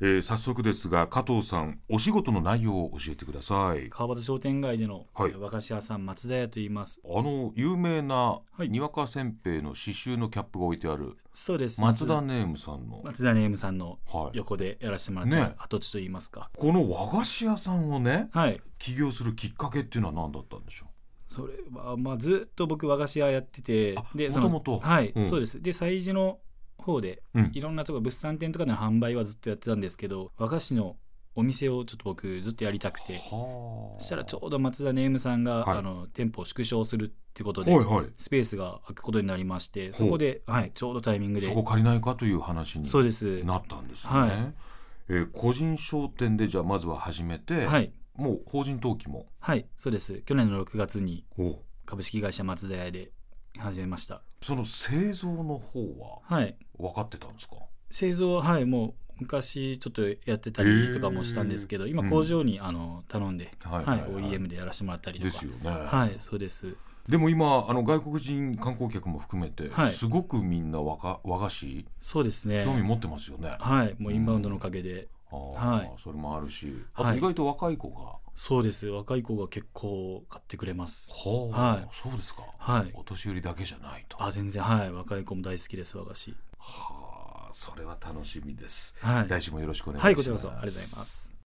えー早速ですが加藤さんお仕事の内容を教えてください川端商店街での、はいえー和菓子屋さん松田屋と言いますあの有名なはいにわかせんべいの刺繍のキャップが置いてあるそうです松田ネームさんの、松田ネームさんのはい、横でやらせてもらってます、ね跡地と言いますかこの和菓子屋さんをねはい起業するきっかけっていうのは何だったんでしょそれは、まあ、ずっと僕和菓子屋やっててあでもともとそのはい、うんそうですで催事の方でう、うんいろんなとこ物産展とかでの販売はずっとやってたんですけど和菓子のお店をちょっと僕ずっとやりたくてはあそしたらちょうど松田ネームさんが、はいあの店舗を縮小するってことで、はいはいスペースが空くことになりましてそこで、はい、ちょうどタイミングでそこ借りないかという話にそうですなったんですね、はいえー個人商店でじゃあまずは始めて、はいもう法人登記もはいそうです去年の6月にお株式会社松田屋で始めましたその製造の方ははい分かってたんですか製造ははいもう昔ちょっとやってたりとかもしたんですけど、今工場に、あの頼んで、ははいいはいはい OEM でやらせてもらったりとかですよね、はいそうですでも今あの外国人観光客も含めて、はいすごくみんな和菓和菓子そうですね興味持ってますよね、はいもうインバウンドのおかげで、あーはいそれもあるしあとはい意外と若い子が、はそうです若い子が結構買ってくれますあはいそうですか、はいお年寄りだけじゃないとあ全然はい若い子も大好きです和菓子はあそれは楽しみですはい来週もよろしくお願いします、はいこちらこそありがとうございます